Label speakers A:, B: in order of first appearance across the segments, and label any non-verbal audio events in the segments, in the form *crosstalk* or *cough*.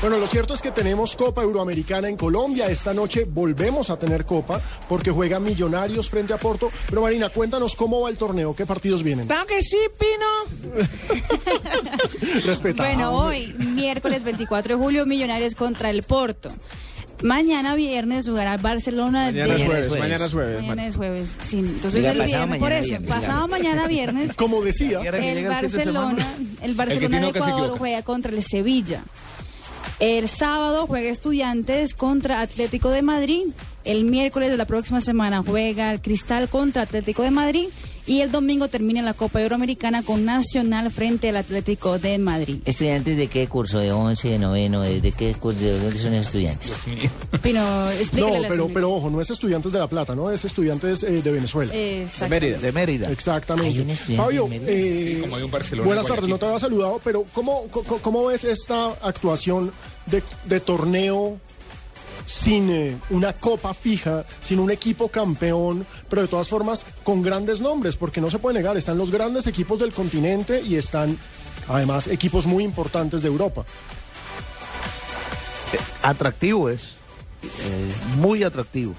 A: Bueno, lo cierto es que tenemos Copa Euroamericana en Colombia. Esta noche volvemos a tener Copa porque juegan Millonarios frente a Porto. Pero Marina, cuéntanos cómo va el torneo, qué partidos vienen.
B: Claro que sí, Pino.
A: Respetable.
C: Bueno, hoy, miércoles 24 de julio, Millonarios contra el Porto. Mañana viernes jugará Barcelona.
D: Mañana
C: de-
D: es jueves,
E: jueves.
D: mañana es jueves.
C: Mañana es jueves. Sí, entonces
E: Diga,
C: el
E: pasado
C: viernes- por
E: mañana
C: eso,
E: viernes,
C: pasado
E: claro.
C: mañana viernes,
A: Como decía,
C: el Barcelona, el Barcelona
D: tiene
C: de
D: nunca se
C: Ecuador
D: equivoca.
C: juega contra el Sevilla. El sábado juega Estudiantes contra Atlético de Madrid. El miércoles de la próxima semana juega el Cristal contra Atlético de Madrid. Y el domingo termina la Copa Euroamericana con Nacional frente al Atlético de Madrid.
E: ¿Estudiantes de qué curso? ¿De 11, de noveno? ¿De, de qué curso? ¿De dónde son estudiantes?
C: Pino, explícale
A: no,
C: a la
A: pero,
C: señora.
A: pero ojo, no es Estudiantes de La Plata, no es Estudiantes eh, de Venezuela.
C: Exacto.
D: Mérida.
F: de Mérida.
A: Exactamente.
E: Hay un estudiante
A: Fabio,
E: en Mérida.
A: eh,
D: Sí, como hay un Barcelona
A: buenas
D: en
A: tardes,
D: Guayaquil.
A: no te había saludado, pero ¿cómo, co- co- cómo ves esta actuación de, de torneo sin eh, una copa fija, sin un equipo campeón, pero de todas formas con grandes nombres? Porque no se puede negar, están los grandes equipos del continente y están además equipos muy importantes de Europa.
F: Atractivo es, eh, muy atractivo.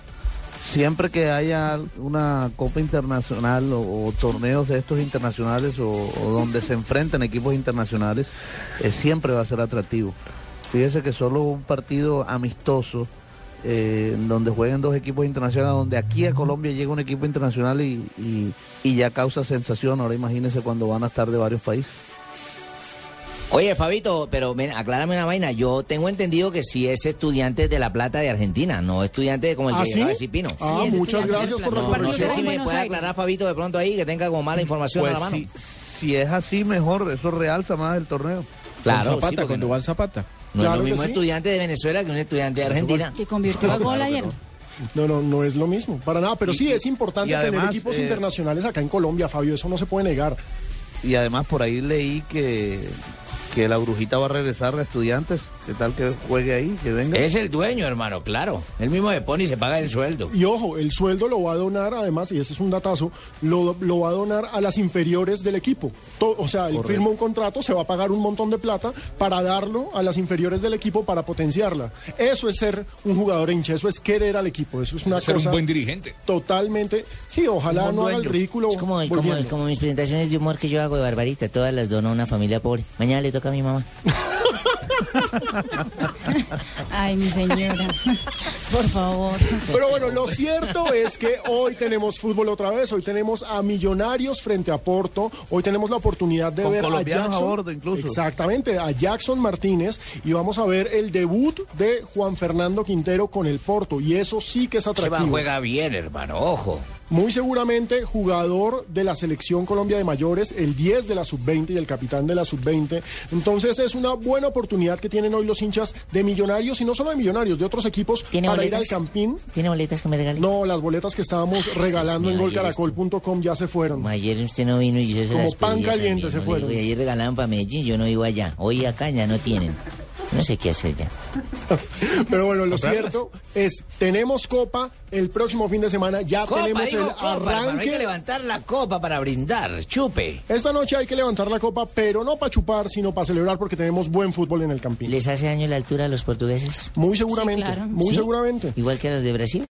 F: Siempre que haya una copa internacional o, o torneos de estos internacionales o, o donde se enfrentan equipos internacionales, eh, siempre va a ser atractivo. Fíjese que solo un partido amistoso, eh, en donde jueguen dos equipos internacionales, donde aquí a Colombia llega un equipo internacional y, y- y ya causa sensación. Ahora imagínense cuando van a estar de varios países.
E: Oye, Fabito, pero ven, aclárame una vaina. Yo tengo entendido que si es estudiante de La Plata de Argentina, no estudiante como el
A: ¿Ah,
E: que
A: sí?
E: llegaba a decir Pino.
A: Ah,
C: es
A: muchas
C: Estudiantes de
A: gracias por la
C: Plata.
E: No, no sé
A: corrección.
C: Partido
E: si me
C: en
E: puede
C: Buenos Aires.
E: aclarar, Fabito, de pronto ahí, que tenga como
A: Mm,
E: mala información a la
F: Pues
E: mano.
F: si, si es así, mejor, eso realza más el torneo.
E: Claro,
D: Con
E: sí,
D: Zapata,
E: porque
D: con
E: no,
D: Duval Zapata.
E: no es
A: Claro
E: lo
A: que
E: mismo
A: sí.
E: estudiante de Venezuela que un estudiante de Argentina.
C: Que convirtió a gol ayer.
A: Ah, No, no, no es lo mismo, para nada, pero
F: Y-
A: sí
F: y-
A: es importante
F: y además,
A: tener equipos
F: eh,
A: internacionales acá en Colombia, Fabio, eso no se puede negar.
F: Y además por ahí leí que, que la brujita va a regresar a estudiantes. ¿Qué tal que juegue ahí? Que venga.
E: Es el dueño, hermano, claro. Él mismo se pone y se paga el sueldo.
A: Y ojo, el sueldo lo va a donar, además, y ese es un datazo, lo, lo va a donar a las inferiores del equipo. To- o sea, él firma un contrato, se va a pagar un montón de plata para darlo a las inferiores del equipo para potenciarla. Eso es ser un jugador hincha, eso es querer al equipo, eso es una
D: Ser
A: cosa
D: un buen dirigente.
A: totalmente... Sí, ojalá
F: Un
A: no haga el
F: dueño.
A: ridículo
E: Es como, como-
A: volviendo.
E: como mis presentaciones de humor que yo hago de Barbarita, todas las dono a una familia pobre. Mañana le toca a mi mamá.
C: Ay, mi señora. *laughs* Por favor.
A: Pero bueno, lo cierto es que hoy tenemos fútbol otra vez, hoy tenemos a Millonarios frente a Porto, hoy tenemos la oportunidad de
F: Con
A: ver a
F: colombianos a
A: Jackson,
F: bordo incluso.
A: exactamente, a Jackson Martínez y vamos a ver el debut de Juan Fernando Quintero con el Porto y eso sí que es
E: Se va,
A: atractivo.
E: juega bien, hermano, ojo.
A: Muy seguramente jugador de la selección Colombia de mayores, el 10 de la sub-20 y el capitán de la sub-20. Entonces es una buena oportunidad que tienen hoy los hinchas de Millonarios y no solo de Millonarios, de otros equipos
E: ¿Tiene
A: para ir al
E: boletas?
A: Campín
E: ¿Tiene boletas que me regale?
A: no, las boletas que estábamos regalando en
E: mío, ayer
A: golcaracol.com ya se fueron.
E: Ayer usted no vino y yo se
A: Como
E: las pedí
A: pan
E: también,
A: caliente
E: no
A: se
E: le
A: fueron.
E: digo, Y ayer regalaban para Medellín, yo no iba allá. Hoy acá ya no tienen. No sé qué hacer ya.
A: Pero bueno, lo cierto es, tenemos copa el próximo fin de semana, ya tenemos
E: digo,
A: el
E: copa, hermano, Hay que
A: arranque.
E: levantar la copa para brindar, chupe.
A: Esta noche hay que levantar la copa, pero no para chupar, sino para celebrar porque tenemos buen fútbol en el campín.
E: ¿Les hace daño la altura a los portugueses?
A: Muy seguramente,
C: claro.
A: muy
E: ¿Sí?
A: seguramente.
E: Igual que a los de Brasil.